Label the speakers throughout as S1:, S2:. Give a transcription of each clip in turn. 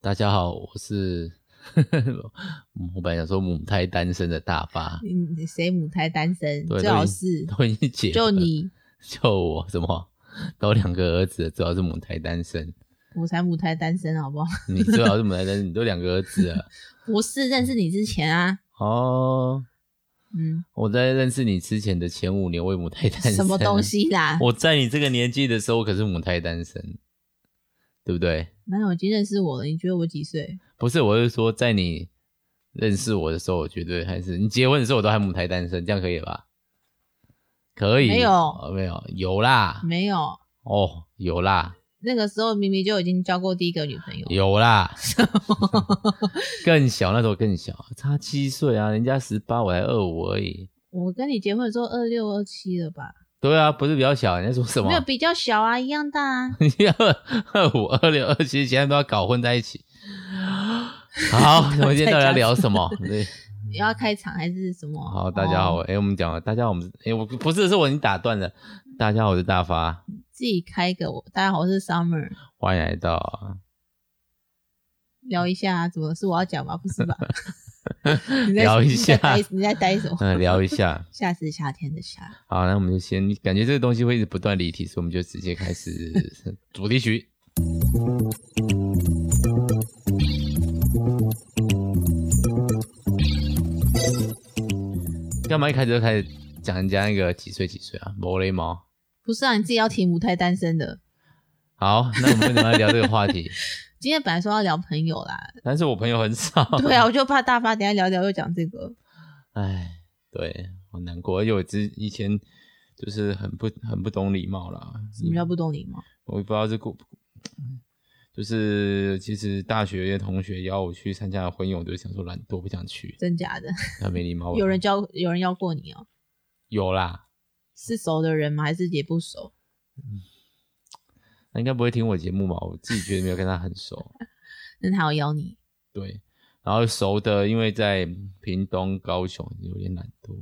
S1: 大家好，我 是，嗯我本来想说母胎单身的大发，
S2: 你你谁母胎单身？
S1: 对
S2: 最好是
S1: 都已经结
S2: 就
S1: 婚
S2: 你，
S1: 就我什么都两个儿子了，最好是母胎单身。
S2: 我才母胎单身，好不好？
S1: 你最好是母胎单身，你都两个儿子了。
S2: 不是认识你之前啊，
S1: 哦，
S2: 嗯，
S1: 我在认识你之前的前五年，我也母胎单身。啊
S2: 什么东？西啊啦？
S1: 我在你这个年纪的时候，我可是母胎单身，对不对？
S2: 男友已经认识我了，你觉得我几岁？
S1: 不是，我是说，在你认识我的时候，我觉得还是你结婚的时候，我都还母胎单身，这样可以吧？可以，
S2: 没有嗯
S1: 哦没有，有啦，
S2: 没有，
S1: 哦，有啦，
S2: 那个时候明明就已经交过第一个女朋友。
S1: 有啦， 更小，那时候更小，差七岁啊，人家十八，我才二五而已。
S2: 我跟你结婚的时候二六二七了吧？
S1: 对啊，不是比较小，你在说什么
S2: 没？有比较小啊，一样大 啊。
S1: 你二二五、二六、二七，现在都要搞混在一起。 好，我们今天到底要聊什 么？对。
S2: 你要开场还是什么？
S1: 好，大家好，
S2: 哦
S1: 哎、我们讲了，大家好，我们哎、我不是，是我已经打断了。大家好，我是大发，
S2: 自己开一个我。大家好，我是 Summer，
S1: 欢迎来到。
S2: 聊一下、啊，怎么了是我要讲吧？不 是吧？你在
S1: 聊一下
S2: 你在呆你在呆什么？
S1: 嗯，聊一下。
S2: 夏是夏天的夏，
S1: 好，那我们就先，感觉这个东西会一直不断离题，所以我们就直接开始主题曲。干嘛一开始就开始讲人家那个几岁几岁啊？毛雷毛。
S2: 不是啊？你自己要提母胎单身的。
S1: 好，那我们为什么要聊这个话题？
S2: 今天本来说要聊朋友啦，
S1: 但是我朋友很少。
S2: 对啊，我就怕大发等一下聊聊又讲这个，
S1: 唉，对，好难过，而且我之以前就是很不很不懂礼貌啦。嗯
S2: 什么叫不懂礼貌？
S1: 我也不知道这故，就是其实大学的同学邀我去参加婚宴，我就想说懒惰，不想去，
S2: 真假的？
S1: 他没礼貌。
S2: 有人教有人邀过你哦、
S1: 有啦，
S2: 是熟的人吗？还是也不熟？
S1: 他应该不会听我节目吧？我自己觉得没有跟他很熟。
S2: 那他有邀你？
S1: 对，然后熟的，因为在屏东、高雄有点懒惰，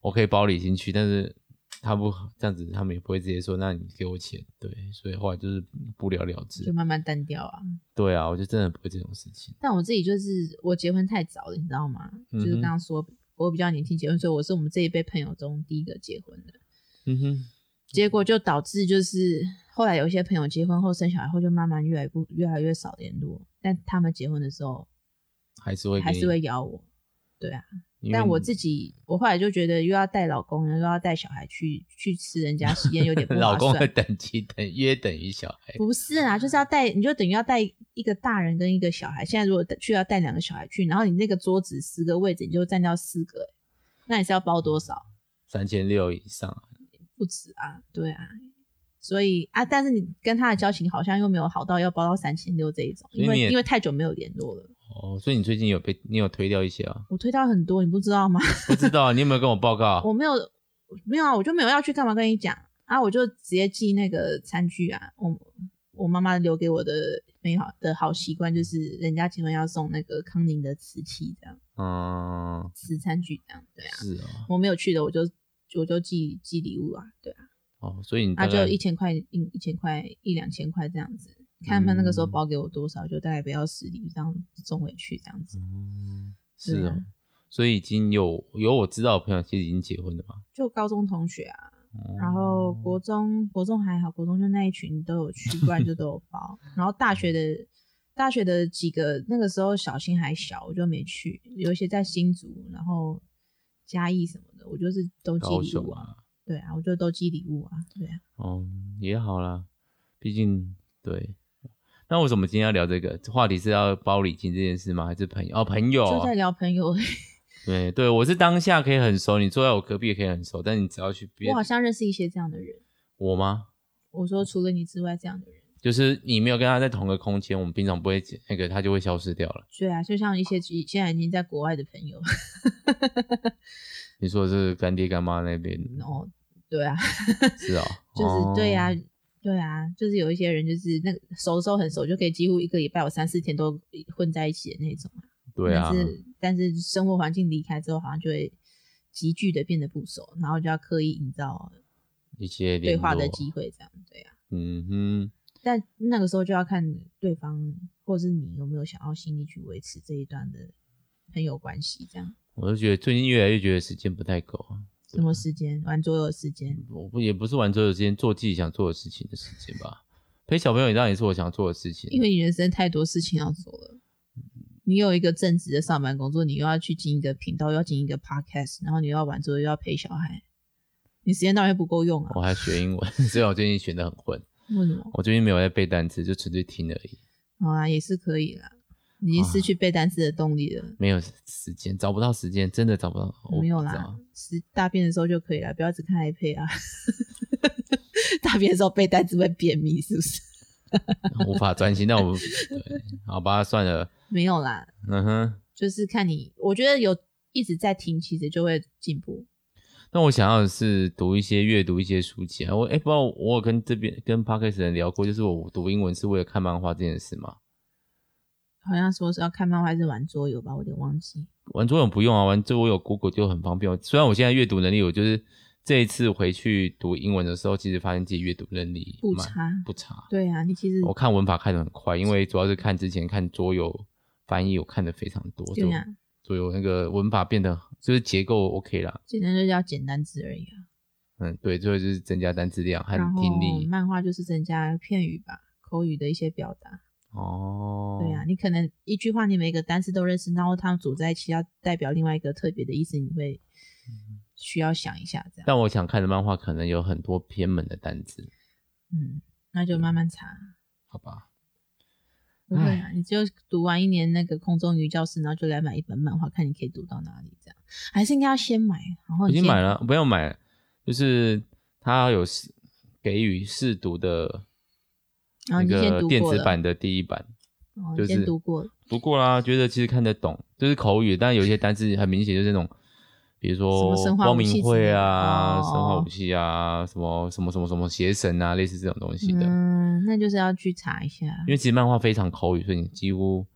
S1: 我可以包礼金去，但是他不这样子，他们也不会直接说，那你给我钱。对，所以后来就是不了了
S2: 就
S1: 之。
S2: 慢慢淡掉啊。
S1: 对啊，我就真的不会这种事情。
S2: 但我自己就是我结婚太早了，你知道吗？
S1: 嗯
S2: 就是刚刚说我比较年轻结婚，所以我是我们这一辈朋友中第一个结婚的。
S1: 嗯哼，
S2: 结果就导致就是后来有一些朋友结婚后生小孩后，就慢慢越来不越来越少联络。但他们结婚的时候
S1: 还是会
S2: 还
S1: 给
S2: 是
S1: 你，
S2: 会邀我，对啊。
S1: 因为
S2: 但我
S1: 你
S2: 自己我后来就觉得又要带老公，又要带小孩去去吃人家喜宴，有点 不
S1: 老
S2: 划
S1: 公的
S2: 算。
S1: 等级等约等于小孩，
S2: 不是啦，就是要带，你就等于要带一个大人跟一个小孩。现在如果去要带两个小孩去，然后你那个桌子十个位置，你就占掉四个、欸那你是要包多少？
S1: 三千六以上啊，
S2: 不止啊，对啊。所以啊，但是你跟他的交情好像又没有好到要包到三千六这一种，
S1: 所以
S2: 因
S1: 你
S2: 为
S1: 也
S2: 因为太久没有联络了。
S1: 哦，所以你最近有被你有推掉一些啊？
S2: 我推到很多，你不知道吗？
S1: 不知道啊你有没有跟我报告啊？
S2: 我没有，没有啊，我就没有要去干嘛跟你讲啊，我就直接寄那个餐具啊。我我妈妈留给我的美好的好习惯就是，人家结婚要送那个康宁的瓷器，这样
S1: 嗯，
S2: 瓷餐具这样。对啊，
S1: 是哦，
S2: 我没有去的，我就我就寄寄礼物啊，对啊，
S1: 哦，所以你
S2: 那、
S1: 大
S2: 就
S1: 概
S2: 一千块，一一千块一两千块这样子。看他们那个时候
S1: 嗯
S2: 包给我多少，就大概不要十礼这样送回去这样子。
S1: 嗯是
S2: 对啊
S1: 哦，所以已经有有我知道的朋友其实已经结婚了嘛，
S2: 就高中同学啊，
S1: 哦
S2: 然后国中国中还好，国中就那一群都有去，不然就都有 包。然后大学的大学的几个那个时候小新还小，我就没去，有一些在新竹，然后嘉义什么的，我就是都寄
S1: 高
S2: 礼
S1: 雄
S2: 物啊，
S1: 啊，
S2: 对啊，我就都寄礼物啊，对啊，
S1: 哦，也好啦，毕竟对。那为什么今天要聊这个话题？是要包礼金这件事吗？还是朋友？哦，朋友
S2: 就在聊朋友而 已。
S1: 对对，我是当下可以很熟，你坐在我隔壁也可以很熟，但你只要去别
S2: 我好像认识一些这样的人，
S1: 我吗？
S2: 我说除了你之外这样的人，
S1: 就是你没有跟他在同个空间，我们平常不会见那个，他就会消失掉了。
S2: 对啊，就像一些已现在已经在国外的朋友，
S1: 你说的是干爹干妈那边
S2: 哦，对啊。
S1: 是哦，
S2: 就是对呀、
S1: 哦
S2: 对啊，就是有一些人就是那个熟的时候很熟，就可以几乎一个礼拜有三四天都混在一起的那种。
S1: 对啊
S2: 但，是但是生活环境离开之后，好像就会急剧的变得不熟，然后就要刻意营造
S1: 一些
S2: 对
S1: 联
S2: 话的
S1: 络
S2: 机会，这样对啊。
S1: 嗯哼，
S2: 但那个时候就要看对方或者是你有没有想要心力去维持这一段的朋友关系？这样
S1: 我就觉得最近越来越觉得时间不太够啊。
S2: 什么时间玩桌游的时间？
S1: 我不也不是玩桌游时间，做自己想做的事情的时间吧。陪小朋友当然也是我想做的事情，
S2: 因为你人生太多事情要做了。
S1: 嗯
S2: 你有一个正职的上班工作，你又要去经营一个频道，又要经营一个 podcast，然后你又要玩桌游，又要陪小孩，你时间当然不够用啊。
S1: 我还学英文， 所以我最近学的很混。
S2: 为什么？
S1: 我最近没有在背单词，就纯粹听而已，
S2: 好啊，也是可以啦。你已经失去背单词的动力了。
S1: 没有时间，找不到时间，真的找不到。我
S2: 没有
S1: 不知
S2: 啦
S1: 道，
S2: 是大便的时候就可以了，不要只看 iPad 啊。 大便的时候背单词会便秘，是不是？
S1: 无法专心。那我们 对，好吧，算了。
S2: 没有啦，
S1: 嗯哼，
S2: 就是看你，我觉得有一直在听，其实就会进步。
S1: 那我想要的是读一些阅读一些书籍啊。我哎、不知道我有跟这边跟 p a r k e s 人聊过，就是我读英文是为了看漫画这件事嘛。
S2: 好像说是要看漫画还是玩桌游吧，我有点忘记。
S1: 玩桌游不用啊，玩桌游 Google 就很方便。虽然我现在阅读能力，我就是这一次回去读英文的时候，其实发现自己阅读能力
S2: 不
S1: 蛮
S2: 差
S1: 不差。
S2: 对啊，你其实
S1: 我看文法看的很快，因为主要是看之前看桌游翻译，我看的非常多，就
S2: 对啊，
S1: 桌游那个文法变得就是结构 OK 啦。
S2: 简单就叫简单字而已啊。
S1: 嗯，对，最后就是增加单词量和
S2: 然后
S1: 听力。
S2: 漫画就是增加片语吧，口语的一些表达。
S1: 哦，
S2: 对啊，你可能一句话你每个单词都认识，然后它们组在一起要代表另外一个特别的意思，你会需要想一下这样。
S1: 嗯但我想看的漫画可能有很多偏门的单词，
S2: 嗯，那就慢慢查。
S1: 好吧？
S2: 不会啊，你就读完一年那个空中瑜教室，然后就来买一本漫画，看你可以读到哪里这样。还是应该要先买，然后
S1: 我已
S2: 哦你
S1: 经
S2: 先
S1: 买了，不要买了，就是它有试给予试读的
S2: 然
S1: 那
S2: 后哦你先
S1: 个
S2: 读
S1: 电
S2: 过
S1: 子
S2: 了
S1: 版的第一版，
S2: 哦，
S1: 就
S2: 你
S1: 是
S2: 先读过了
S1: 读过啦，觉得其实看得懂，就是口语，但有一些单词很明显就是那种，比如说
S2: 么生化
S1: 光
S2: 武器
S1: 明
S2: 之
S1: 会
S2: 类的
S1: 啊、
S2: 哦
S1: 生化武器啊、什么什么什么什么邪神啊，类似这种东西的。
S2: 嗯，那就是要去查一下。
S1: 因为其实漫画非常口语，所以你几乎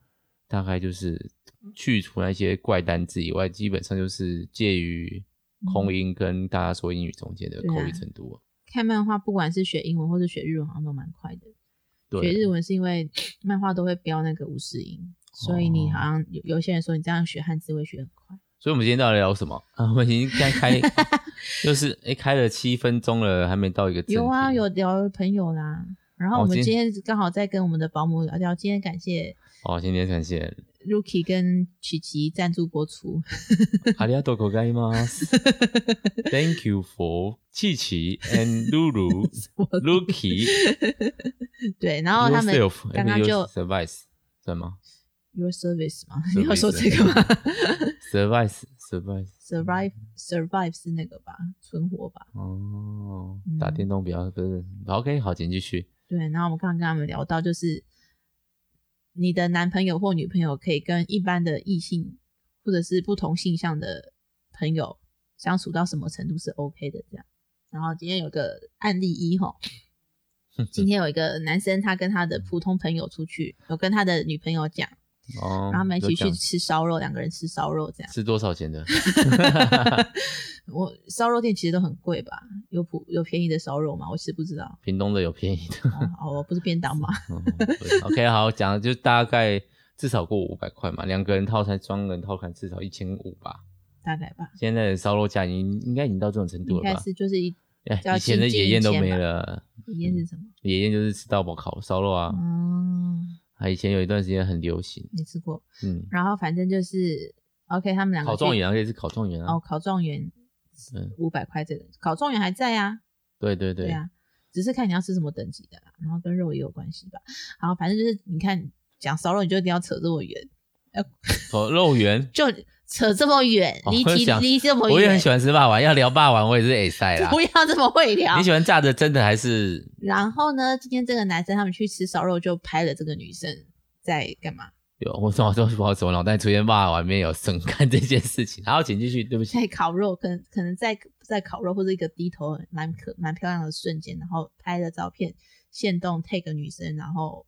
S1: 大概就是去除那些怪单字以外，基本上就是介于空音跟大家说英语中间的
S2: 嗯对
S1: 口
S2: 啊
S1: 语程度啊。
S2: 看漫画，不管是学英文或者学日文，好像都蛮快的。学
S1: 对
S2: 日文是因为 漫画都会标那个五十音，所以你
S1: 哦
S2: 好像有有些人说你这样学汉字会学很快。
S1: 所以我们今天到底聊什么？啊、我们已经刚 开，就是哎、诶开了七分钟了，还没到一个正
S2: 有啊，
S1: 题
S2: 有聊朋友啦。然后
S1: 哦
S2: 我们
S1: 今
S2: 今天刚好在跟我们的保姆聊聊，今天感谢
S1: 哦，今天感 谢
S2: Rookie 跟琪琪赞助播出。
S1: 阿里亚多口盖吗 ？Thank you for 琪琪 and Lulu
S2: 我
S1: Lucky
S2: 对，然后他们
S1: yourself
S2: 刚
S1: and
S2: 刚
S1: your
S2: 就
S1: survive 算吗
S2: your service 嘛， 你要说这个吗
S1: ？survive survive
S2: ？survive survive 是那个吧，存活吧。
S1: 哦，
S2: 嗯
S1: 打电动比较不是 OK，好，请继续。
S2: 对，然后我们刚刚跟他们聊到，就是你的男朋友或女朋友可以跟一般的异性或者是不同性向的朋友相处到什么程度是 OK 的这样。然后今天有个案例一吼，今天有一个男生他跟他的普通朋友出去，有跟他的女朋友讲，
S1: 哦，
S2: 然后他们一
S1: 有
S2: 起去
S1: 讲
S2: 吃烧肉，两个人吃烧肉这样。
S1: 是多少钱的？
S2: 我烧肉店其实都很贵吧？有普有便宜的烧肉吗？我其实不知道。
S1: 屏东的有便宜 的。
S2: 哦，好我不是便当嘛。
S1: 嗯不是 OK，好，讲就大概至少过五百块嘛，两个人套餐、双人套餐至少一千五吧。
S2: 大概吧，
S1: 现在的烧肉价已经应该已经到这种程度了
S2: 应该
S1: 吧？
S2: 是就是一
S1: 哎，
S2: 要
S1: 以前的
S2: 亲近
S1: 野宴都
S2: 一千
S1: 没
S2: 吧
S1: 了，
S2: 一件
S1: 嗯
S2: 是什么？
S1: 野宴就是吃到饱烤烧肉啊，
S2: 嗯，
S1: 啊，以前有一段时间很流行，
S2: 没吃过。
S1: 嗯，
S2: 然后反正就是 OK，他们两个
S1: 烤状
S2: 去
S1: 元啊，可以是烤状元啊
S2: 哦，，考状元
S1: 嗯，
S2: 五百块这个考状元还在啊，
S1: 对对
S2: 对
S1: 对，
S2: 啊，只是看你要吃什么等级的啦，然后跟肉也有关系吧。然后反正就是你看讲烧肉，你就一定要扯这么远，
S1: 烤肉圆，
S2: 就扯这么远，
S1: 哦
S2: 离
S1: 我
S2: 题
S1: 想
S2: 离这么
S1: 我也
S2: 远
S1: 很，喜欢吃霸王，要聊霸王我也是 A 赛啦
S2: 不。要这么会聊
S1: 你。喜欢炸的真的还是
S2: 然后呢，今天这个男生他们去吃烧肉，就拍了这个女生在干嘛？
S1: 有？我怎么都不知道怎么脑袋出现霸王里面有生干这件事情。好，请继续，对不起。
S2: 在烤肉，可能可能在在烤肉或者一个低头蛮可蛮漂亮的瞬间，然后拍的照片，现动 take 女生，然后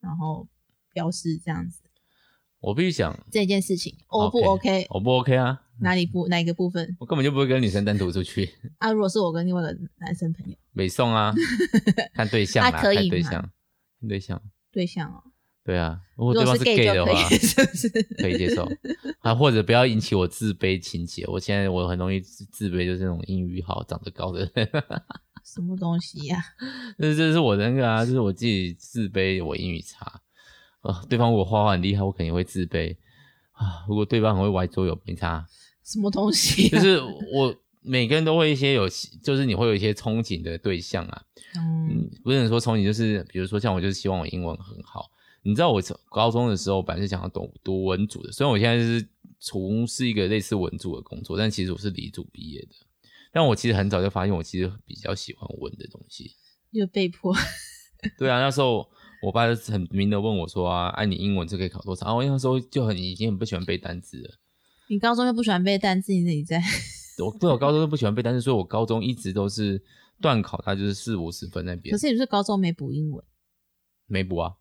S2: 然后标示这样子
S1: 我必须讲，
S2: 这件事情 O 不
S1: OK，
S2: OK？
S1: 我不 OK 啊，
S2: 哪里不哪一个部分
S1: 我根本就不会跟女生单独出去，
S2: 啊？如果是我跟另外一个男生朋友
S1: 美送啊，看对象啦，
S2: 那可
S1: 看
S2: 以
S1: 对
S2: 吗
S1: 象，看对象。
S2: 对象哦，
S1: 对啊，如果
S2: 如
S1: 对
S2: 果
S1: 方
S2: 是 gay
S1: gay
S2: 就
S1: 的
S2: 可
S1: 话，
S2: 以，是不是？
S1: 可以接受啊，或者不要引起我自卑情节。我现在我很容易自自卑，就是那种英语好、长得高的人。
S2: 什么东西呀、
S1: 这这是我的那个啊，就是我自己自卑，我英语差。呃，对方如果画画很厉害，我肯定会自卑啊。如果对方很会玩桌游，没差。
S2: 什么东西、
S1: 就
S2: 啊？
S1: 是我每个人都会一些有，就是你会有一些憧憬的对象啊。
S2: 嗯
S1: 嗯，不是说憧憬，就是比如说像我，就是希望我英文很好。你知道我从高中的时候，本来是想要读读文组的，虽然我现在是从事一个类似文组的工作，但其实我是理组毕业的。但我其实很早就发现，我其实比较喜欢文的东西。
S2: 又被迫，
S1: 对啊，那时候我爸就很明的问我说啊，哎、你英文这可以考多少？啊，我那时候就很已经很不喜欢背单词了。
S2: 你高中又不喜欢背单词，你自己在
S1: 我对我高中都不喜欢背单词，所以我高中一直都是断考，它就是四五十分那边
S2: 可，是你不是高中没补英文，
S1: 没补啊。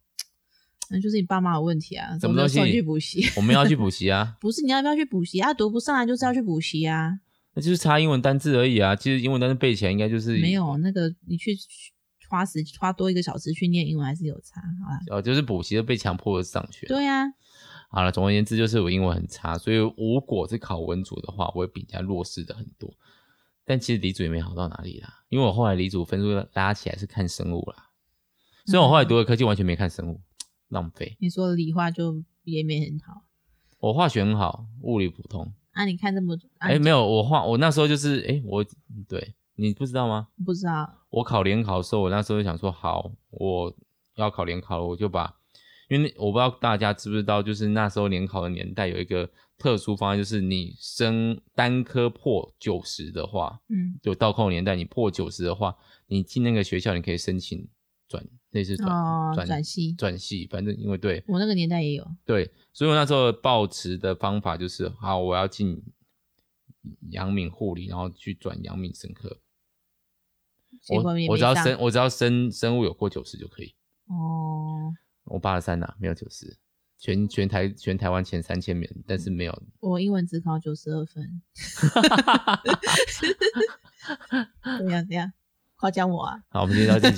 S2: 那就是你爸妈有问题啊，
S1: 什么东西
S2: 怎没有送你去补习？
S1: 我们要去补习啊，
S2: 不是你要不要去补习啊？读不上来就是要去补习啊。
S1: 那就是差英文单字而已啊。其实英文单字背起来应该就是
S2: 没有那个，你去花时花多一个小时去念英文还是有差，好啦。
S1: 哦，就是补习就被强迫上学。
S2: 对啊，
S1: 好了，总而言之就是我英文很差，所以如果是考文组的话，我会比人家弱势的很多。但其实理组也没好到哪里啦，因为我后来理组分数拉起来是看生物啦，虽然我后来
S2: 嗯
S1: 读的科技完全没看生物，浪费。
S2: 你说理化就也没很好
S1: 我化学很好，物理普通。
S2: 啊。你看这么，啊、
S1: 哎、没有，我化我那时候就是哎、我对你不知道吗？
S2: 不知道，
S1: 我考联考的时候，我那时候就想说，好，我要考联考了，我就把，因为那我不知道大家知不知道，就是那时候联考的年代有一个特殊方案，就是你升单科破九十的话，
S2: 嗯，
S1: 就倒扣年代，你破九十的话，你进那个学校，你可以申请转类似转、
S2: 哦，转
S1: 转
S2: 系，
S1: 转系，反正因为对
S2: 我那个年代也有，
S1: 对，所以我那时候报持的方法就是，好，我要进阳明护理，然后去转阳明生科。
S2: 结
S1: 我
S2: 果也
S1: 我
S2: 没
S1: 只要
S2: 上。
S1: 生我只要生生物有过九十就可以。
S2: 哦，
S1: 我八十三呐，没有九十，全全台全台湾前三千名，但是没有。
S2: 我英文只考九十二 分， 怎么样？怎么样？啊夸奖我啊？
S1: 好，我们今天到这里。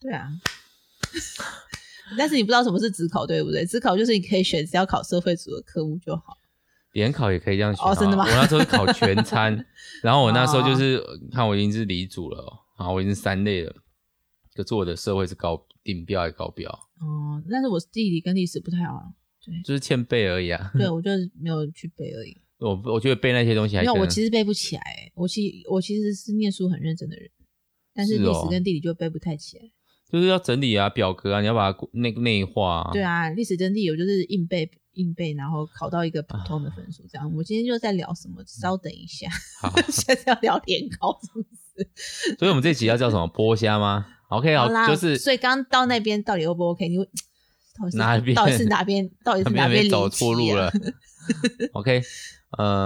S2: 对啊。 但是你不知道什么是职考，对不对？职考就是你可以选只要考社会组的科目就好。
S1: 联考也可以这样选、
S2: 哦真的吗哦
S1: 我那时候是考全 餐，然后我那时候就是看我已经是理组了哦，啊，我已经是三类了，可是我的社会是高顶标还高标，
S2: 哦，但是我地理跟历史不太好，
S1: 就是欠背而已啊。
S2: 对我就是没有去背而已。
S1: 我我觉得背那些东西还
S2: 没有，
S1: 可
S2: 我
S1: 能
S2: 其实背不起来、欸我其我其实是念书很认真的人，但是
S1: 是
S2: 历
S1: 哦
S2: 史跟地理就背不太起来。
S1: 就是要整理啊，表格啊，你要把它内内化、啊。
S2: 对，啊，历史跟地理我就是硬背硬背，然后考到一个普通的分数这样。我们今天就在聊什么？稍等一下，
S1: 啊好，
S2: 现在要聊联考是不是？
S1: 所以我们这集要叫什么？剥虾吗？OK，好，
S2: 啦，
S1: 就是
S2: 所以刚刚到那边到底 O 不 OK？你会到底是
S1: 哪边
S2: 到底是 哪边？到底是
S1: 哪
S2: 边
S1: 边走
S2: 离题
S1: 错路
S2: 啊
S1: 了？OK，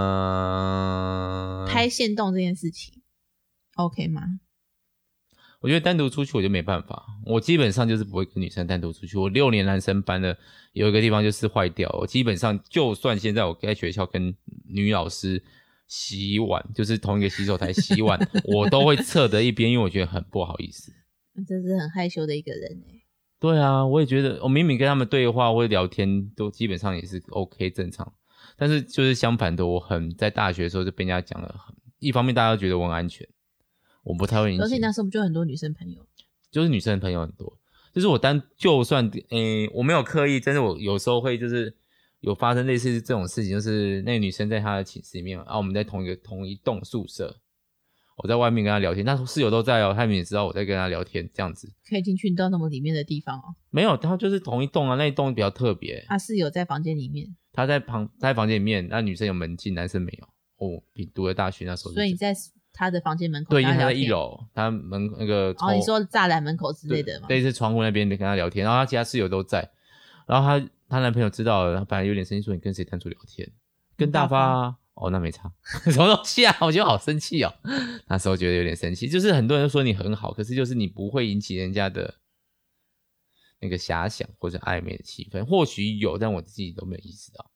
S1: 呃，
S2: 拍线动这件事情 OK 吗？
S1: 我觉得单独出去我就没办法，我基本上就是不会跟女生单独出去。我六年男生班的有一个地方就是坏掉，我基本上就算现在我在学校跟女老师洗碗，就是同一个洗手台洗 碗，我都会侧的一边，因为我觉得很不好意思。
S2: 真是很害羞的一个人哎、
S1: 对啊，我也觉得，我明明跟他们对话或者聊天都基本上也是 OK 正常，但是就是相反的，我很在大学的时候就被人家讲了很，一方面大家都觉得我很安全，我不太会引
S2: 而且
S1: 起，
S2: 那时候我们就很多女生朋友，
S1: 就是女生的朋友很多，就是我单就算诶、我没有刻意，但是我有时候会就是有发生类似这种事情，就是那个女生在她的寝室里面，啊，我们在同一个同一栋宿舍，我在外面跟她聊天，那室友都在哦，他们也知道我在跟她聊天这样子。
S2: 可以进去到那么里面的地方哦。
S1: 没有，他就是同一栋啊，那一栋比较特别。
S2: 啊，室友在房间里面，
S1: 他在旁，他在房间里面，那女生有门禁，男生没有。哦，比读了大学那时候是这
S2: 所
S1: 样，
S2: 以你在他的房间门口
S1: 对，
S2: 跟
S1: 因为他
S2: 他聊
S1: 在
S2: 天
S1: 一。楼，他门那个
S2: 哦，
S1: 抽
S2: 你说栅栏门口之类
S1: 对
S2: 的嘛？
S1: 对，是窗户那边跟他聊天，然后他其他室友都在，然后她她男朋友知道了，他本来有点生气，说你跟谁单独聊天？跟大发、啊。哦，那没差， 什么东西啊？我觉得好生气哦， 那时候觉得有点生气，就是很多人都说你很好，可是就是你不会引起人家的那个遐想或者暧昧的气氛，或许有，但我自己都没有意识到，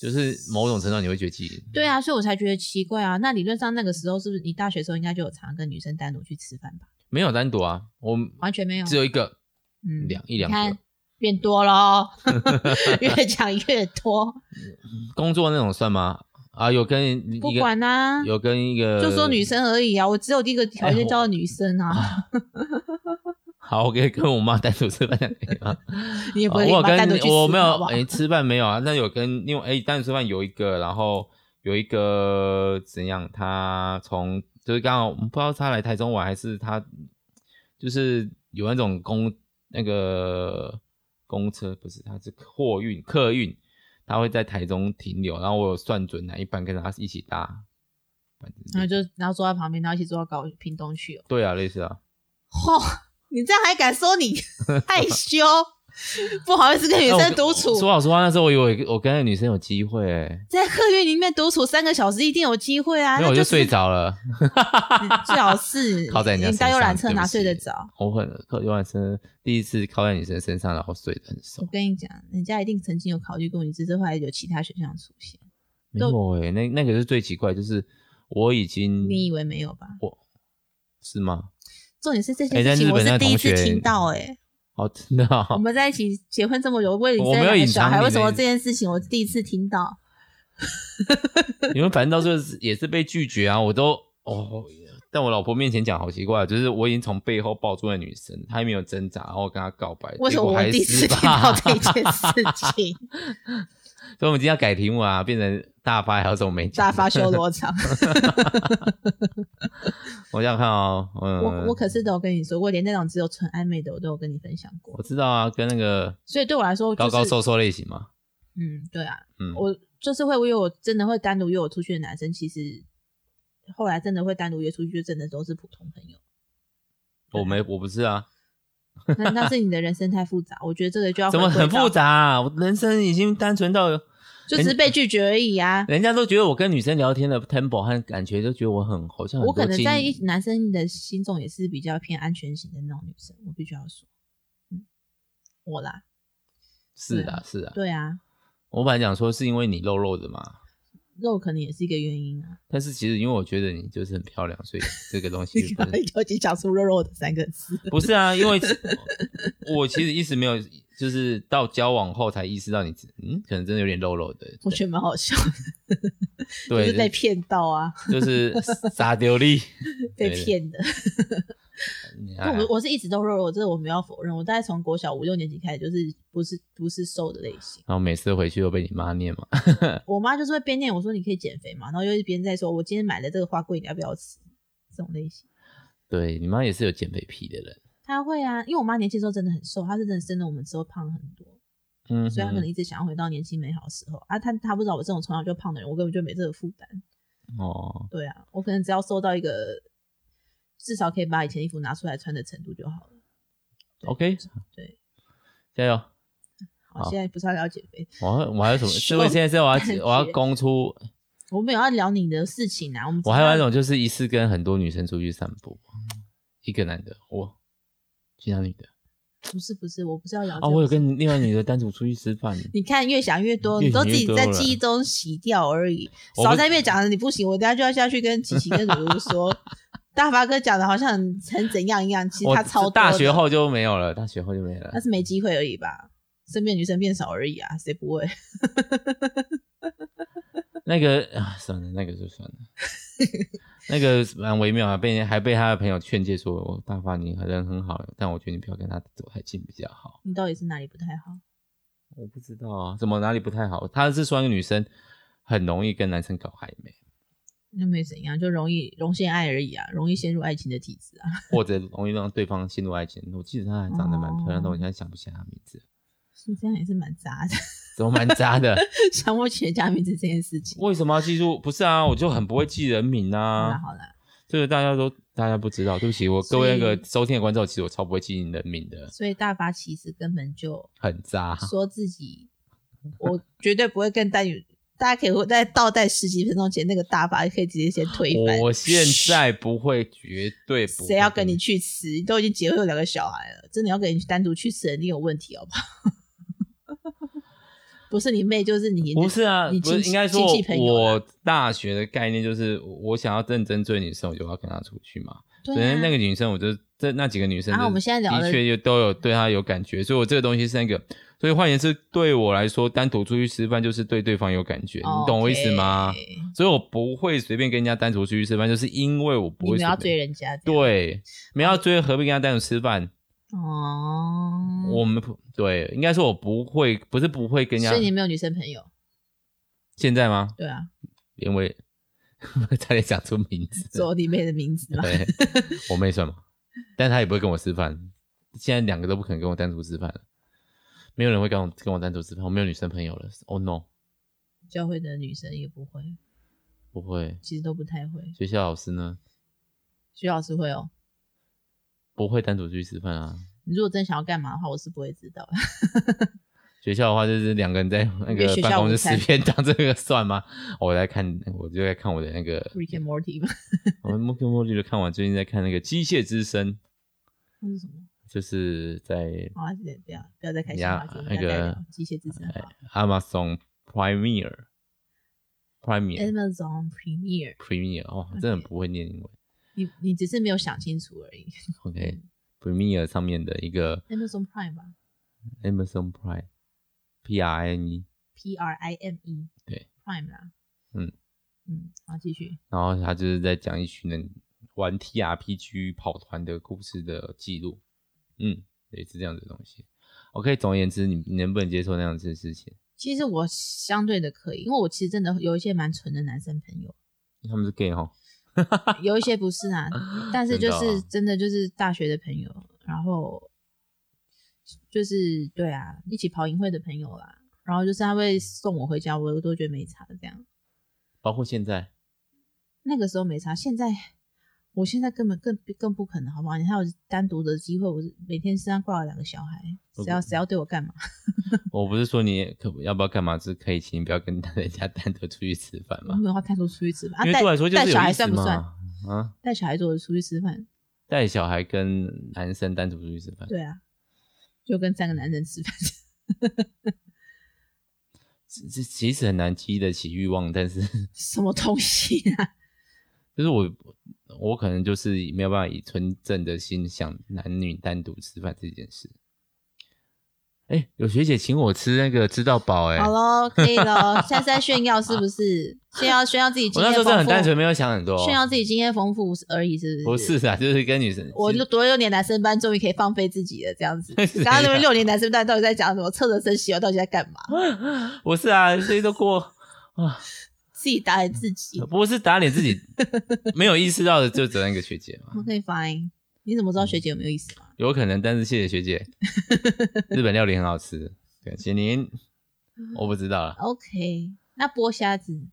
S1: 就是某种程度上你会觉得自己
S2: 对啊，所以我才觉得奇怪啊。那理论上那个时候是不是你大学的时候应该就有常跟女生单独去吃饭吧？
S1: 没有单独啊，我
S2: 完全没有，
S1: 只有一个
S2: 嗯
S1: 两一两
S2: 你看
S1: 个
S2: 变 多喽，越讲越多，
S1: 工作那种算吗？啊，有跟一
S2: 不
S1: 个
S2: 管啊，
S1: 有跟一个
S2: 就说女生而已啊，我只有第一个条
S1: 哎
S2: 件
S1: 我
S2: 叫女生啊，
S1: 好，我可以跟我妈单独吃饭这样可以吗？
S2: 你也不
S1: 哦我
S2: 会
S1: 有
S2: 把单独去
S1: 跟
S2: 吃
S1: 我没
S2: 好
S1: 有
S2: 不好
S1: 哎、吃饭没有啊？但有跟另外哎单独吃饭有一个，然后有一个怎样？他从就是刚好我们不知道他来台中玩还是他就是有那种公那个公车不是，他是货运客运，他会在台中停留，然后我有算准哪一班跟他一起搭。反正
S2: 然后就然后坐在旁边，然后一起坐到高屏东去哦。
S1: 对啊，类似啊，
S2: 吼、你这样还敢 说你害羞？不好意 思跟女
S1: 哎
S2: 生
S1: 我
S2: 独处，
S1: 说老实话，那时候我以为我跟那个女生有机会、欸，
S2: 在客运里面独处三个小时，一定有机会啊！
S1: 没有
S2: 那
S1: 我
S2: 就
S1: 就是睡，着了。
S2: 最好是
S1: 靠在人家
S2: 你搭
S1: 身
S2: 游览
S1: 上
S2: 车
S1: 对不
S2: 哪
S1: 起
S2: 睡得着？
S1: 我很靠游览车第一次靠在女生身上，然后睡得很
S2: 我
S1: 熟。
S2: 跟你讲，人家一定曾经有考虑过你，只是后来有其他选项出现，
S1: 没有诶、那那个是最奇怪，就是我已经
S2: 你以为没有吧？
S1: 是吗？
S2: 重点是这
S1: 哎
S2: 件
S1: 在
S2: 事情
S1: 日
S2: 我
S1: 本那
S2: 是第一
S1: 同
S2: 次
S1: 学
S2: 听到、哎、
S1: 哦，真的、
S2: 我
S1: 哦，
S2: 们在一起结婚这么久，为了你
S1: 我
S2: 生
S1: 没有
S2: 两个
S1: 隐
S2: 小
S1: 藏
S2: 孩，
S1: 你
S2: 为什么
S1: 的
S2: 这件事情我第一次听到？
S1: 你们反正到最后是也是被拒绝啊，我都哦，在我老婆面前讲好奇怪，啊就是我已经从背后抱住了女生，她也没有挣扎，然哎后我跟她告白，
S2: 为什
S1: 结
S2: 么
S1: 果
S2: 我
S1: 还
S2: 第一
S1: 失
S2: 次
S1: 败
S2: 听到这件事情？
S1: 所以我们今天要改题目啊，变成大发还有什么没讲
S2: 大发修 罗场，
S1: 我想想看哦，嗯，
S2: 我我可是都有跟你说，我连那种只有纯暧昧的，我都有跟你分享过
S1: 我。知道啊，跟那个
S2: 所以对我来说、就是，
S1: 高高瘦瘦类型嘛，
S2: 嗯，对啊，
S1: 嗯，
S2: 我就是会约我真的会单独约我出去的男生，其实后来真的会单独约出去，就真的都是普通朋友。
S1: 我没我不是啊，
S2: 那那是你的人生太复杂，我觉得这个就 要
S1: 怎么
S2: 回归
S1: 很
S2: 到
S1: 复杂、啊？我人生已经单纯到
S2: 就只是被拒绝而已啊。
S1: 人家都觉得我跟女生聊天的 tempo 和感觉都觉得我很好像很
S2: 我可
S1: 多
S2: 能
S1: 经
S2: 在一男生的心中也是比较偏安全型的那种女生，我必须要说，嗯，我啦，
S1: 是啊是啊，
S2: 对啊，
S1: 我本来讲说是因为你肉肉的嘛，
S2: 肉可能也是一个原因啊。
S1: 但是其实因为我觉得你就是很漂亮，所以这个 东西
S2: 你
S1: 不
S2: 刚刚
S1: 是
S2: 已经讲出“肉肉”的三个字，
S1: 不是啊，因为我我其实一直没有就是到交往后才意识到你嗯可能真的有点肉肉的，
S2: 我觉得蛮好笑的，
S1: 对
S2: 就是被骗到啊，
S1: 就是撒 丢力哎
S2: 被
S1: 对
S2: 骗的。
S1: 你看
S2: 但我我是一直都肉肉，这个我没有否认。我大概从国小五六年级开始，就是不是不是瘦的类型。
S1: 然后每次回去都被你妈念嘛，
S2: 我妈就是会边念我说你可以减肥嘛，然后又一边在说我今天买的这个花贵，你要不要吃？这种类型。
S1: 对你妈也是有减肥癖的人，
S2: 她会啊，因为我妈年轻的时候真的很瘦，她是真的生了我们之后胖了很多，
S1: 嗯哼，
S2: 啊所以她可能一直想要回到年轻美好的时候啊。她她不知道我这种从小就胖的人，我根本就没这个负担。
S1: 哦，
S2: 对啊，我可能只要瘦到一个至少可以把以前衣服拿出来穿的程度就好了。
S1: OK，
S2: 对，
S1: 加油！
S2: 好，
S1: 好
S2: 现在不是要聊减肥，
S1: 我还我还有什么？
S2: 秀
S1: 所以现在是我
S2: 感觉
S1: 要我要供出，
S2: 我们有要聊你的事情啊。我们
S1: 我还有
S2: 要
S1: 那种就是一次跟很多女生出去散步，一个男的，我其他女的
S2: 不是不是，我不是要聊哦这
S1: 啊，
S2: 个
S1: 我有
S2: 事情
S1: 跟另外女的单独出去吃 饭，
S2: 你看，越想越多，
S1: 越
S2: 你都
S1: 想
S2: 自
S1: 越
S2: 己
S1: 多
S2: 在
S1: 了
S2: 记忆中洗掉而已。
S1: 我
S2: 少
S1: 不
S2: 在那边讲了你不行，我等下就要下去跟琪琪跟如 如说，大发哥讲的好像很很怎样一样，其实
S1: 我
S2: 他超多的
S1: 大学，后就没有了，大学后就没了
S2: 那。是没机会而已吧？身边女生变少而已啊，谁不会？
S1: 那个啊，算了，那个就算了。那个蛮微妙啊，被人还被他的朋友劝诫说：“我大发你人很好，但我觉得你不要跟他走太近比较好。”
S2: 你到底是哪里不太好？
S1: 我不知道啊，怎么哪里不太好？他是说那个女生很容易跟男生搞暧昧，
S2: 又没怎样，就容易容陷爱而已啊，容易陷入爱情的体质啊。
S1: 或者容易让对方陷入爱情。我记得她还长得蛮漂亮的，
S2: 哦
S1: 我现在想不起来她名字，
S2: 是这样也是蛮渣的，
S1: 怎么蛮渣的？
S2: 想不起人家名字这件事情。
S1: 为什么要记住？不是啊，我就很不会记人名
S2: 好啦
S1: 啊，
S2: 好啦，
S1: 这个大家都大家不知道。对不起，我各
S2: 嗯所以
S1: 位那个收听的观众，其实我超不会记人名的，
S2: 所以大发其实根本就
S1: 很渣。
S2: 说自己，我绝对不会跟单宇，大家可以再倒带十几分钟前那个大法，可以直接先推翻。
S1: 我现在不会，绝对不会。
S2: 谁要跟你？去吃？你都已经结婚有两个小孩了，真的要跟你单独去吃，一定有问题，好不好？ 不是你妹，就是你。
S1: 不是啊，
S2: 你
S1: 不是
S2: 亲戚
S1: 应该说
S2: 亲戚朋，友啊
S1: 我大学的概念就是，我想要认真追女生，我就要跟她出去嘛。
S2: 对
S1: 所以
S2: 啊
S1: 那个女生，我就这那几个女生
S2: 啊
S1: 就
S2: 我们现在聊的
S1: 的确有都有对她有感觉，所以我这个东西是那个，所以换言之，对我来说，单独出去吃饭就是对对方有感觉，你懂我意思吗
S2: 哦 OK？
S1: 所以我不会随便跟人家单独出去吃饭，就是因为我不
S2: 你
S1: 会
S2: 们要
S1: 随便
S2: 追人家，，
S1: 对，没有要追，何必跟他单独吃饭？
S2: 哦，
S1: 我们不对，应该说我不会，不是不会跟人
S2: 所以你
S1: 家。
S2: 没有女生朋友，
S1: 现在吗？
S2: 对啊，
S1: 因为 差点讲出名字，
S2: 是我弟妹的名字嘛，
S1: 对，我妹算嘛，但她也不会跟我吃饭。现在两个都不肯跟我单独吃饭了，没有人会跟我跟我单独吃饭，我没有女生朋友了。Oh no，
S2: 教会的女生也不会，
S1: 不会。
S2: 其实都不太会。
S1: 学校老师呢，
S2: 徐老师会哦，
S1: 不会单独出去吃饭啊。
S2: 你如果真想要干嘛的话，我是不会知道的。
S1: 学校的话就是两个人在那
S2: 约
S1: 个
S2: 学校
S1: 办公室
S2: 午餐
S1: 十片当这个算吗？我在看，我就在看我的那 个，
S2: Rick and Morty 吧，
S1: 我摸跟摸就看完，最近在看那个《机械之声》，
S2: 那是什么？
S1: 就是在
S2: 好啊，不要不要再开
S1: 你
S2: 心
S1: 要
S2: 话题，
S1: 那
S2: 大家
S1: 个哎
S2: 聊机械之神好了
S1: Amazon Premiere Premiere
S2: Amazon Premiere，
S1: Premiere 哦，真的很不会念英文。
S2: 你你只是没有想清楚而已。
S1: OK Premiere 上面的一个
S2: Amazon Prime 吧
S1: Amazon Prime P R I N E，
S2: ，P R I M E，
S1: 对
S2: ，Prime 啦，
S1: 嗯
S2: 嗯，好，继续。
S1: 然后他就是在讲一群人玩 TRPG 跑团的故事的记录，嗯，类似这样子的东西。OK，总而言之，你你能不能接受那样子的事情？
S2: 其实我相对的可以，因为我其实真的有一些蛮纯的男生朋友，
S1: 他们是 gay 哦哈，
S2: 有一些不是 啊，但是就
S1: 真的
S2: 是
S1: 哦
S2: 真的就是大学的朋友，然后就是对啊，一起跑营会的朋友啦，然后就是他会送我回家，我都觉得没差这样。
S1: 包括现在
S2: 那个时候没差，现在我现在根本更更不可能，好不好？你还有单独的机会，我是每天身上挂了两个小孩，谁要谁要对我干嘛？
S1: 我不是说你可要不要干嘛，是可以，请你不要跟 人家单独出去吃饭
S2: 我
S1: 嘛。
S2: 没有要单独出去吃饭，啊
S1: 因为对我来说就
S2: 带
S1: 是有
S2: 带小孩
S1: 意
S2: 算
S1: 思
S2: 不算？
S1: 嘛。啊，
S2: 带小孩子我出去吃饭，
S1: 带小孩跟男生单独出去吃饭，
S2: 对啊，就跟三个男人吃饭。
S1: 这这其实很难激得起欲望，但是
S2: 什么东西啊？
S1: 就是我我可能就是没有办法以纯正的心想男女单独吃饭这件事。哎，有学姐请我吃那个知道饱，哎，
S2: 好
S1: 我
S2: 喽，可以喽，现在是在炫耀是不是？炫耀炫耀自己经
S1: 那
S2: 验
S1: 时候
S2: 丰
S1: 真的很
S2: 富，
S1: 单纯，没有想很多，
S2: 炫耀自己经验丰富而已，是
S1: 不
S2: 不是？
S1: 是啊，就是跟女生，
S2: 我
S1: 其实
S2: 多六年男生班终于可以放飞自己了，这样子。
S1: 是啊
S2: 刚刚那
S1: 怎
S2: 边
S1: 样
S2: 六年男生班到底在讲什么？侧着身洗哦，到底在干嘛？
S1: 不是啊，所以都过。
S2: 自己打脸自己。
S1: 不是打脸自己 没有意识到的，就只有那个学姐嘛，
S2: OK fine，你怎么知道学姐有没有意思啊吗？
S1: 有可能。但是谢谢学姐，日本料理很好吃，感谢您。我不知道了，
S2: OK，那剥虾子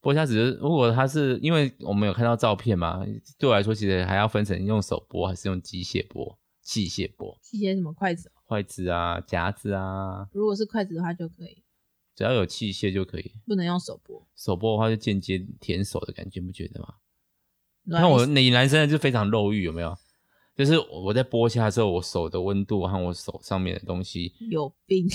S1: 不过他只是如果他是因为我们有看到照片嘛，对我来说其实还要分成用手剥还是用机械剥、器械剥、
S2: 一些什么筷子哦？
S1: 筷子啊、夹子啊，
S2: 如果是筷子的话就可以，
S1: 只要有器械就可以。
S2: 不能用手剥。
S1: 手剥的话就间接舔手的感觉，你不觉得吗？
S2: 你
S1: 那我你男生就非常肉欲，有没有？就是我在剥虾的时候，我手的温度和我手上面的东西，
S2: 有 病，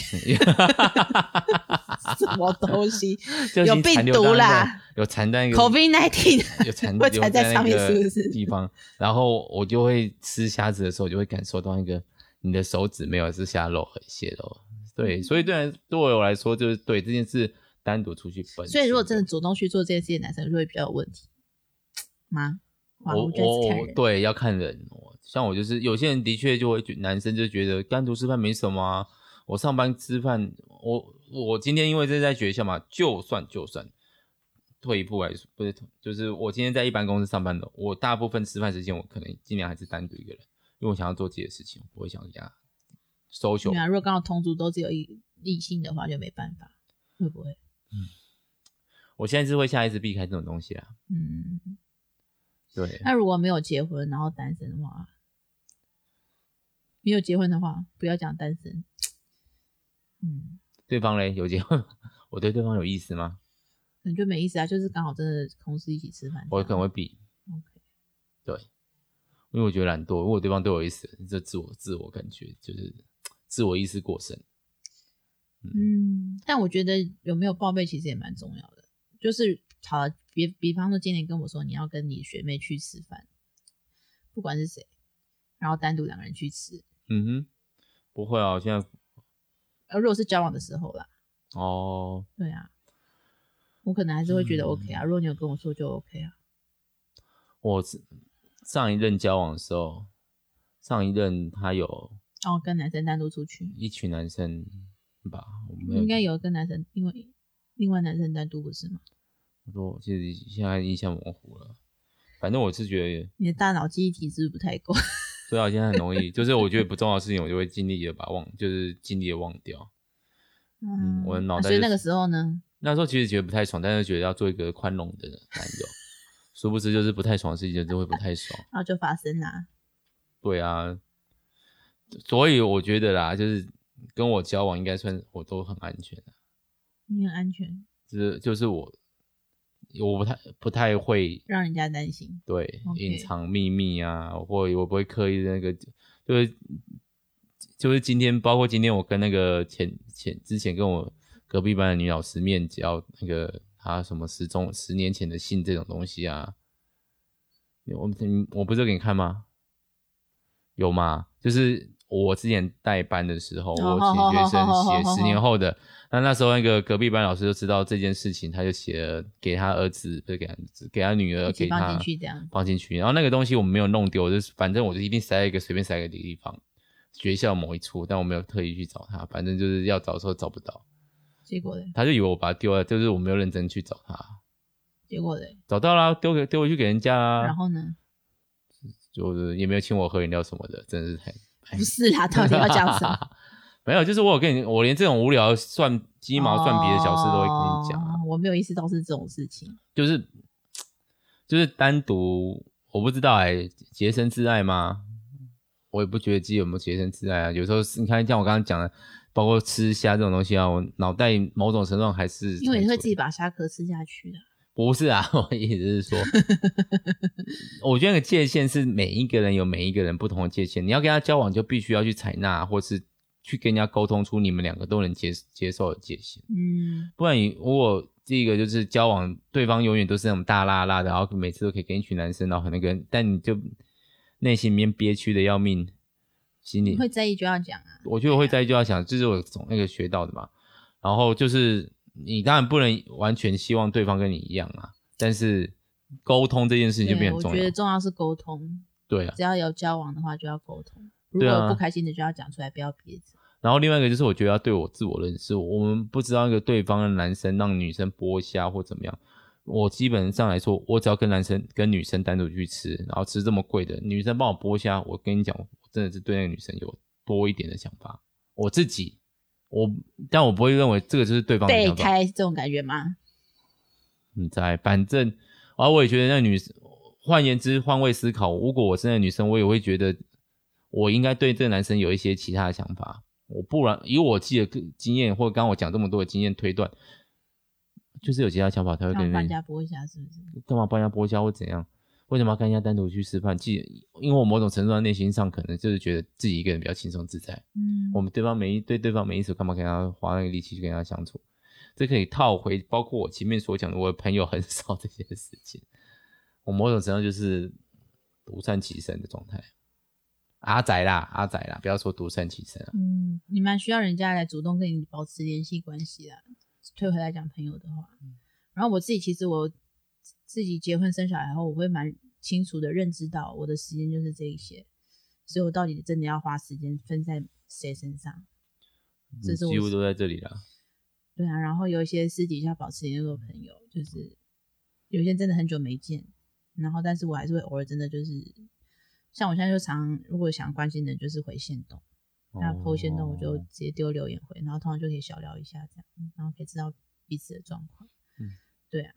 S2: 什么东西
S1: 就已
S2: 有
S1: 经
S2: 病
S1: 残留
S2: 毒
S1: 到那
S2: 啦
S1: 个，有残 在那个
S2: ？COVID nineteen
S1: 有残
S2: 会
S1: 留
S2: 残在
S1: 在
S2: 上
S1: 那
S2: 面
S1: 个
S2: 是不是
S1: 地方，然后我就会吃虾子的时候，我就会感受到那个你的手指没有是虾肉和蟹肉，
S2: 嗯
S1: 对，所以对来对我来说就是对这件事单独出去本身，
S2: 所以如果真的主动去做这件事情，男生就会比较有问题吗？哇，
S1: 我
S2: 觉得是
S1: 我
S2: 看
S1: 我
S2: 人。
S1: 哦对要看人，我像我就是有些人的确就会觉男生就觉得单独吃饭没什么啊、我上班吃饭，我我今天因为是在学校嘛，就算就算退一步来说，不是就是我今天在一般公司上班的，我大部分吃饭时间我可能尽量还是单独一个人，因为我想要做自己的事情，我不会想跟人
S2: 啊
S1: 家 social
S2: 对啊，如果刚好同族都只有一异性的话，就没办法，会不会？
S1: 我现在是会下意识避开这种东西啦，
S2: 嗯，
S1: 对，
S2: 那如果没有结婚，然后单身的话，没有结婚的话，不要讲单身。嗯，
S1: 对方嘞有结婚吗， 我对对方有意思吗？
S2: 可能就没意思啊，就是刚好真的同事一起吃饭这样。
S1: 我可能会避，
S2: OK
S1: 对，因为我觉得懒惰，如果对方对我有意思，这自我自我感觉就是自我意识过剩。
S2: 嗯，但我觉得有没有报备其实也蛮重要的。就是好，比比方说今年跟我说你要跟你学妹去吃饭，不管是谁，然后单独两个人去吃。
S1: 嗯哼，不会啊，我现在
S2: 呃，如果是交往的时候啦，
S1: 哦，
S2: 对啊，我可能还是会觉得
S1: 嗯
S2: OK 啊。如果你有跟我说就 OK 啊，
S1: 我是上一任交往的时候，上一任他有
S2: 然后跟男生单独出去，
S1: 一群男生吧，我没有
S2: 应该有跟男生，因为另外男生单独不是吗？
S1: 我说我其实现在印象模糊了，反正我是觉得，
S2: 你的大脑记忆体是不是不太够？
S1: 对啊，现在很容易，就是我觉得不重要的事情，我就会尽力的把它忘，就是尽力的忘掉。嗯我的脑
S2: 啊
S1: 袋
S2: 所以
S1: 就
S2: 那
S1: 是
S2: 个时候呢，
S1: 那时候其实觉得不太爽，但是觉得要做一个宽容的男友，殊不知就是不太爽的事情就会不太爽。
S2: 然后就发生啦。
S1: 对啊，所以我觉得啦，就是跟我交往应该算我都很安全的，
S2: 你很安全，
S1: 就是就是我我不太不太会
S2: 让人家担心。
S1: 对
S2: OK
S1: 隐藏秘密啊，或我不会刻意的那个，就是就是今天，包括今天我跟那个前前之前跟我隔壁班的女老师面交那个她什么十中十年前的信这种东西啊，我你我不是有给你看吗？有吗？就是我之前带班的时候，
S2: 哦
S1: 我请学
S2: 好好好
S1: 生
S2: 好
S1: 写
S2: 好
S1: 十年后的。那那时候那个隔壁班老师就知道这件事情，他就写了给他儿子，不是给他儿子，给他女儿，
S2: 一起
S1: 给
S2: 放
S1: 他
S2: 进去这样
S1: 放进去。然后那个东西我们没有弄丢，就是反正我就一定塞在一个随便塞在一个地方，学校某一处，但我没有特意去找他，反正就是要找的时候找不到，
S2: 结果嘞，
S1: 他就以为我把它丢了，就是我没有认真去找他，
S2: 结果嘞，
S1: 找到啦，丢给丢回去给人家
S2: 然
S1: 啦，
S2: 后呢？
S1: 就是也没有请我喝饮料什么的，真的是太
S2: 不是啦， 到底要讲什么？
S1: 没有，就是我有跟你，我连这种无聊算鸡
S2: 哦
S1: 毛蒜皮的小事都会跟你讲啊、
S2: 哦我没有意识到是这种事情。
S1: 就是就是单独，我不知道哎、洁身自爱吗？我也不觉得自己有没有洁身自爱啊。有时候是你看，像我刚刚讲的，包括吃虾这种东西啊，我脑袋某种程度上还是
S2: 因为你会自
S1: 己
S2: 己把虾壳吃下去的。
S1: 不是啊， 我意思是说， 我觉得那个界限是每一个人有每一个人不同的界限，你要跟他交往就必须要去采纳，或是去跟人家沟通出你们两个都能接接受的界限。
S2: 嗯，
S1: 不然你如果第一个就是交往，对方永远都是那种大拉拉的，然后每次都可以跟一群男生，然后很那个，但你就内心里面憋屈的要命，心里
S2: 会在意就要讲啊。
S1: 我觉得我会在意就要想，这是我从那个学到的嘛。然后就是你当然不能完全希望对方跟你一样啊，但是沟通这件事情就变得
S2: 对，
S1: 很
S2: 我
S1: 重
S2: 觉得
S1: 要。
S2: 重要是沟通，
S1: 对啊，
S2: 只要有交往的话就要沟通。如
S1: 对
S2: 果
S1: 啊
S2: 有不开心的就要讲出来，不要憋着。
S1: 然后另外一个就是，我觉得要对我自我认识，我们不知道那个对方的男生让女生剥虾或怎么样。我基本上来说，我只要跟男生跟女生单独去吃，然后吃这么贵的，女生帮我剥虾，我跟你讲，我真的是对那个女生有多一点的想法。我自己，我但我不会认为这个就是对方的
S2: 被
S1: 想法。
S2: 开是这种感觉吗？
S1: 你嗯在，反正，然后我也觉得那女生，换言之，换位思考，如果我是那个女生，我也会觉得我应该对这个男生有一些其他的想法。我不然以我自己的个经验，或者刚刚我讲这么多的经验推断，就是有其他想法才会
S2: 让
S1: 跟
S2: 人
S1: 人
S2: 家播一下是不是？
S1: 干嘛帮人家剥虾或怎样？为什么要跟人家单独去吃饭？既因为我某种程度上内心上可能就是觉得自己一个人比较轻松自在，
S2: 嗯，
S1: 我们对方没意对对方没意思，干嘛跟他花那个力气去跟他相处？这可以套回，包括我前面所讲的，我的朋友很 少这些事情。我某种程度就是独善其身的状态。阿仔啦，阿仔啦，不要说独善其身啊。
S2: 嗯，你蛮需要人家来主动跟你保持联系关系的。退回来讲朋友的话，然后我自己其实我自己结婚生小孩后，我会蛮清楚的认知到我的时间就是这一些，所以我到底真的要花时间分在谁身上？这
S1: 你
S2: 是我
S1: 几乎都在这里啦。
S2: 对啊，然后有一些私底下保持联络的朋友，就是有一些真的很久没见，然后但是我还是会偶尔真的就是，像我现在就常如果想关心的，就是回线动。那剖线动我就
S1: 哦
S2: 直接丢留言回，然后通常就可以小聊一下这样，嗯然后可以知道彼此的状况。
S1: 嗯，
S2: 对啊，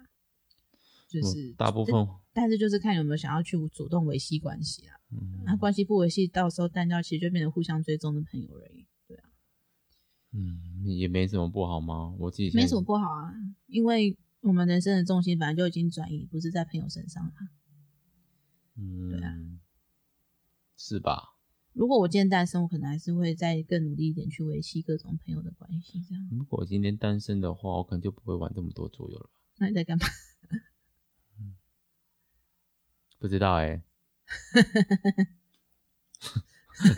S2: 就
S1: 嗯
S2: 是、
S1: 大部
S2: 但，
S1: 分，
S2: 但是就是看有没有想要去主动维系关系啦。
S1: 嗯
S2: 那、关系不维系，到时候淡掉，其实就变成互相追踪的朋友而已。对啊，
S1: 嗯，也没什么不好吗？我自己现在
S2: 没什么不好啊，因为我们人生的重心本来就已经转移，不是在朋友身上啦。
S1: 嗯，
S2: 对啊
S1: 是吧？
S2: 如果我今天单身，我可能还是会再更努力一点去维系各种朋友的关系。这样，
S1: 如果我今天单身的话，我可能就不会玩这么多桌游了吧。
S2: 那你在干嘛？
S1: 不知道哎、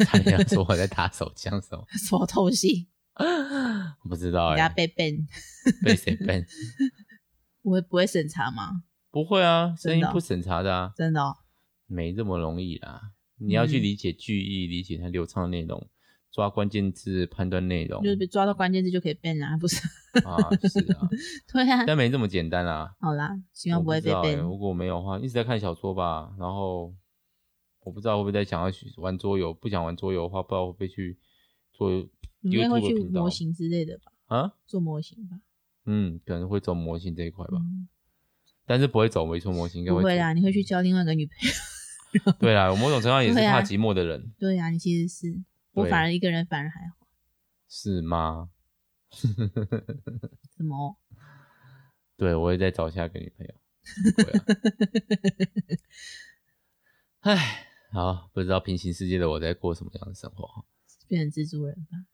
S1: 他俩说我在打手枪什么？
S2: 什么东西？
S1: 我不知道
S2: 人
S1: 哎、
S2: 家被 ban，
S1: 被谁 ban？
S2: 我会不会审查吗？
S1: 不会啊，声
S2: 真
S1: 音
S2: 的哦
S1: 不审查的啊，
S2: 真的哦、
S1: 没这么容易啦。你要去
S2: 嗯
S1: 理解句意，理解它流畅的内容，抓关键字判断内容
S2: 就是被抓到关键字就可以 ban 啊，不是？
S1: 啊，是啊，
S2: 对啊，
S1: 但没这么简单啦。
S2: 好啦，希望
S1: 我
S2: 不
S1: 不
S2: 会
S1: 知
S2: 被
S1: 道欸
S2: ban。
S1: 如果没有的话，一直在看小说吧，然后我不知道会不会在想要去玩桌游，不想玩桌游的话，不知道会不会去做
S2: 你应该会
S1: YouTube
S2: 去
S1: 频道
S2: 模型之类的吧？
S1: 啊？
S2: 做模型吧？
S1: 嗯，可能会走模型这一块吧，
S2: 嗯
S1: 但是不会走微缩模型，应该
S2: 不
S1: 走
S2: 会啦，你会去交另外一个女朋友。
S1: 对啦，我某种程度上也是
S2: 对啊
S1: 怕寂寞的人，
S2: 对啊，你其实是我
S1: 对啊
S2: 反而一个人反而还好，
S1: 是吗？
S2: 怎么？哦
S1: 对，我也在找下一个女朋友。对 啊唉，好，不知道平行世界的我在过什么样的生活哈，
S2: 变成蜘蛛人吧。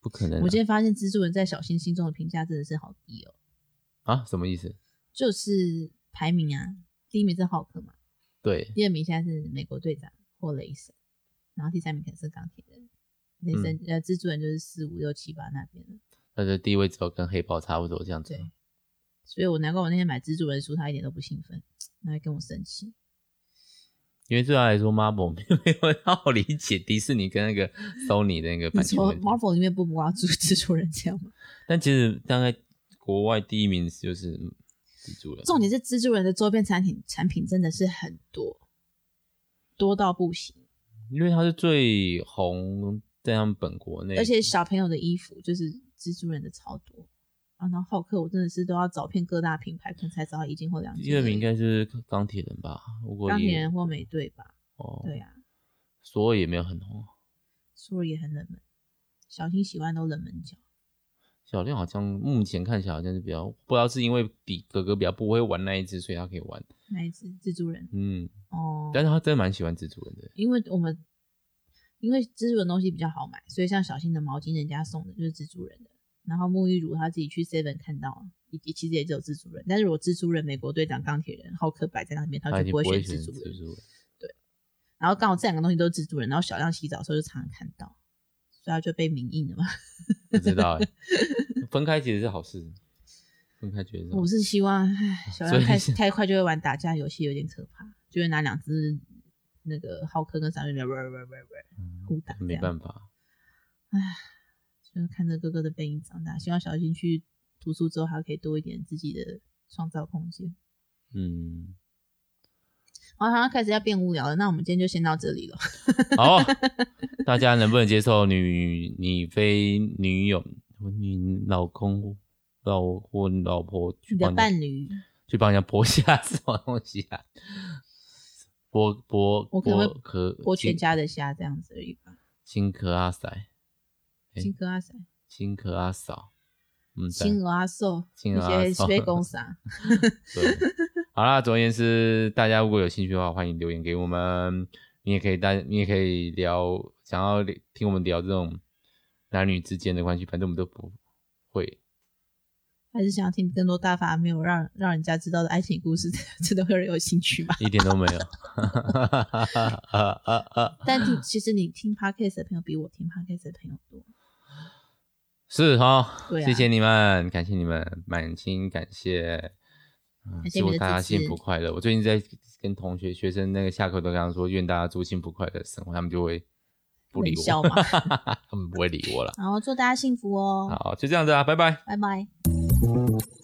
S1: 不可能啊、
S2: 我今天发现蜘蛛人在小星心中的评价真的是好低哦，
S1: 啊，什么意思？
S2: 就是排名啊，第一名是浩克嘛，
S1: 对，
S2: 第二名现在是美国队长或雷神，然后第三名可能是钢铁人。雷
S1: 嗯
S2: 神、呃，蜘蛛人就是四五六七八那边了，
S1: 他的地位只有跟黑豹差不多这样子
S2: 对。所以我难怪我那天买蜘蛛人书，他一点都不兴奋，他还跟我生气。
S1: 因为对他来说，Marvel 没有要理解迪士尼跟那个 Sony 的那个
S2: 你
S1: 版权
S2: 说
S1: 问题。
S2: Marvel 里面不不要蜘蜘蛛人这样吗？
S1: 但其实大概国外第一名就是嗯蜘蛛人，
S2: 重点是蜘蛛人的周边产品产品真的是很多，多到不行。
S1: 因为他是最红在他们本国内，
S2: 而且小朋友的衣服就是蜘蛛人的超多。啊，然后浩克，我真的是都要找遍各大品牌，可能才找到一件或两件而已。
S1: 第二名应该是钢铁人吧？如果
S2: 钢
S1: 以
S2: 铁人或美队吧？
S1: 哦，
S2: 对啊，
S1: 所以也没有很红。
S2: 苏尔也很冷门，小新喜欢都冷门角。
S1: 小亮好像目前看起来好像是比较，不知道是因为比哥哥比较不会玩那一只，所以他可以玩。
S2: 那一只蜘蛛人
S1: 嗯，
S2: 哦，
S1: 但是他真的蛮喜欢蜘蛛人的。
S2: 因为我们因为蜘蛛人东西比较好买，所以像小新的毛巾，人家送的就是蜘蛛人的。然后沐浴乳他自己去 Seven 看到，也也其实也只有蜘蛛人。但是我蜘蛛人、美国队长、钢铁人、浩克摆在那边，他
S1: 他已
S2: 就
S1: 经
S2: 不
S1: 啊不
S2: 会
S1: 会
S2: 选
S1: 选
S2: 蜘
S1: 蜘
S2: 蛛人。
S1: 蛛人，
S2: 然后刚好这两个东西都是蜘蛛人，然后小亮洗澡的时候就常常看到，所以他就被明印了嘛。
S1: 不知道 哎、分开其实是好事，分开觉得是好
S2: 我
S1: 事
S2: 是希望，唉，小亮
S1: 嗯所以
S2: 太
S1: 是
S2: 太快就会玩打架游戏，有点可怕，就会拿两只那个浩克跟闪电互打这
S1: 嗯没
S2: 样
S1: 办法。
S2: 唉，就是看着哥哥的背影长大，希望小新去读书之后还可以多一点自己的创造空间。
S1: 嗯，
S2: 好，好像开始要变无聊了，那我们今天就先到这里了。
S1: 好，大家能不能接受女你非女友、你老公、老或老婆去
S2: 你的
S1: 帮人家
S2: 伴侣，
S1: 去帮人家剥虾是什么东西啊？剥剥
S2: 我可能会
S1: 剥壳，
S2: 剥全
S1: 青
S2: 家的虾这样子而已吧。
S1: 青壳阿仔，诶
S2: 新哥阿啊谁？
S1: 青壳阿嫂，嗯，
S2: 新鹅阿寿，
S1: 新
S2: 那
S1: 鹅阿
S2: 啊些
S1: 寿
S2: 被公啥？
S1: 对，好啦，总而言之，大家如果有兴趣的话，欢迎留言给我们。你也可以大，你也可以聊，想要聊听我们聊这种男女之间的关系，反正我们都不会。
S2: 还是想听更多大法没有让让人家知道的爱情故事， 真的会有人有兴趣吧？
S1: 一点都没有。
S2: 但听其实你听 podcast 的朋友比我听 podcast 的朋友多，
S1: 是哈，
S2: 对啊
S1: 谢谢你们，感谢你们，满心感谢。嗯
S2: 感谢
S1: 希望
S2: 你的
S1: 大家
S2: 支持
S1: 幸福快乐。我最近在跟同学、学生那个下课都跟他说，愿大家祝幸福快乐的生活，他们就会不理
S2: 冷笑
S1: 我，
S2: 嘛
S1: 他们不会理我了。
S2: 然后祝大家幸福哦，
S1: 好，就这样子啊，拜拜。
S2: 拜拜。